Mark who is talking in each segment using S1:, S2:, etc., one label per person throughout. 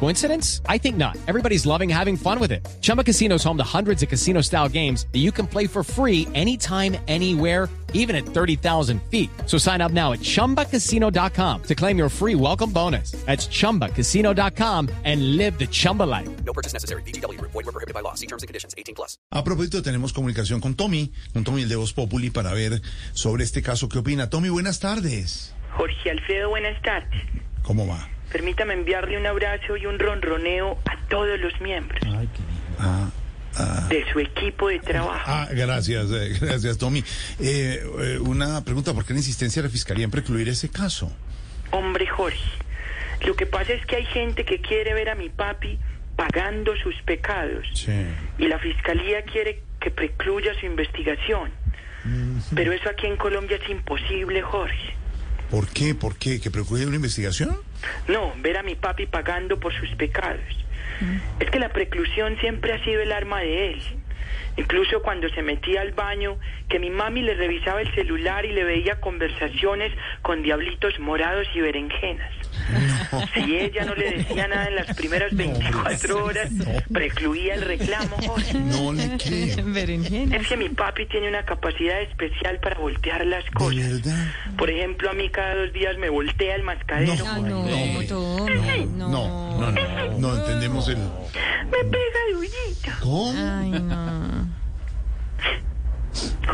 S1: Coincidence? I think not. Everybody's loving having fun with it. Chumba Casino is home to hundreds of casino style games that you can play for free anytime, anywhere even at 30,000 feet. So sign up now at ChumbaCasino.com to claim your free welcome bonus. That's ChumbaCasino.com and live the Chumba life.
S2: No purchase necessary. BGW. Void were prohibited by law. See terms and conditions. 18 plus.
S3: A propósito, tenemos comunicación con Tommy, con Tommy el de Voz Populi, para ver sobre este caso qué opina. Tommy, buenas tardes.
S4: Jorge Alfredo, buenas tardes.
S3: ¿Cómo va?
S4: Permítame enviarle un abrazo y un ronroneo a todos los miembros de su equipo de trabajo.
S3: Ah, gracias, eh, gracias, Tommy. Eh, eh, una pregunta, ¿por qué la insistencia de la Fiscalía en precluir ese caso?
S4: Hombre Jorge, lo que pasa es que hay gente que quiere ver a mi papi pagando sus pecados y la fiscalía quiere que precluya su investigación. Pero eso aquí en Colombia es imposible, Jorge.
S3: ¿Por qué? ¿Por qué? ¿Que precluye una investigación?
S4: No, ver a mi papi pagando por sus pecados. Es que la preclusión siempre ha sido el arma de él. Incluso cuando se metía al baño, que mi mami le revisaba el celular y le veía conversaciones con diablitos morados y berenjenas. Si ella no le decía nada en las primeras 24 horas, precluía el reclamo. Jorge.
S3: No le creo.
S5: Berenjena.
S4: Es que mi papi tiene una capacidad especial para voltear las
S3: ¿De
S4: cosas.
S3: verdad?
S4: Por ejemplo, a mí cada dos días me voltea el mascadero.
S3: No,
S5: no,
S3: hombre.
S5: Tommy,
S3: no, no, no, no, no entendemos el...
S4: Me pega dullito.
S3: ¿Cómo?
S5: Ay, no.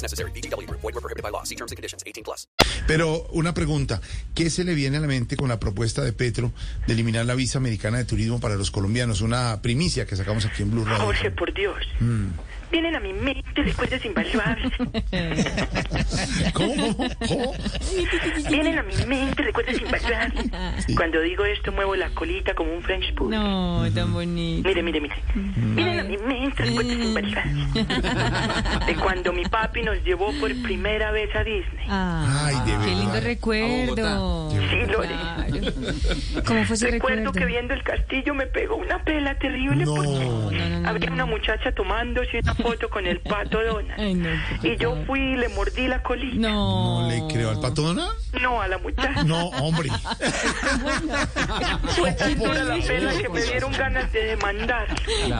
S2: necessary. BGW. Void were prohibited by law. See terms and conditions. 18 plus.
S3: Pero una pregunta, ¿qué se le viene a la mente con la propuesta de Petro de eliminar la visa americana de turismo para los colombianos? Una primicia que sacamos aquí en Blue Radio.
S4: Jorge, por Dios. Vienen a mi mente recuerdos invaluables.
S3: ¿Cómo? ¿Cómo?
S4: Vienen a mi mente recuerdos invaluables. Cuando digo esto, muevo la colita como un French poodle.
S5: No, tan bonito.
S4: Mire, mire, mire. Vienen a mi mente recuerdos invaluables. De cuando mi papi nos llevó por primera vez a Disney.
S5: Ah,
S3: Ay, de verdad.
S5: qué lindo recuerdo.
S4: Sí, Lore.
S5: Claro. ¿Cómo fue ese
S4: Recuerdo
S5: Ah, recuerdo?
S4: que viendo el castillo me pegó una pela terrible
S3: No. No,
S4: porque
S5: no, no,
S4: había una muchacha tomándose una foto con el pato
S5: Ay,
S4: Donald.
S5: no, qué
S4: Y yo
S5: pecado.
S4: fui y le mordí la colita.
S5: No.
S3: No le creo al patona.
S4: No a la muchacha.
S3: No, hombre.
S4: Fue tan dura la pela que me dieron ganas de demandar,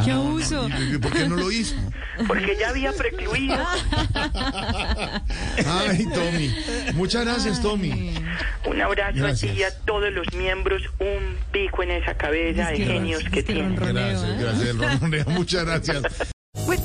S5: Qué abuso.
S3: ¿Por qué no lo hizo?
S4: porque ya había precluido.
S3: Ay, Tommy. Muchas gracias, Tommy.
S4: Un abrazo
S3: Gracias.
S4: a ti y a todos los miembros, un pico en esa cabeza de
S5: que-
S4: genios que
S5: es que
S4: tienen.
S5: ronronea.
S3: Gracias, gracias, Ramón. Muchas gracias.
S6: With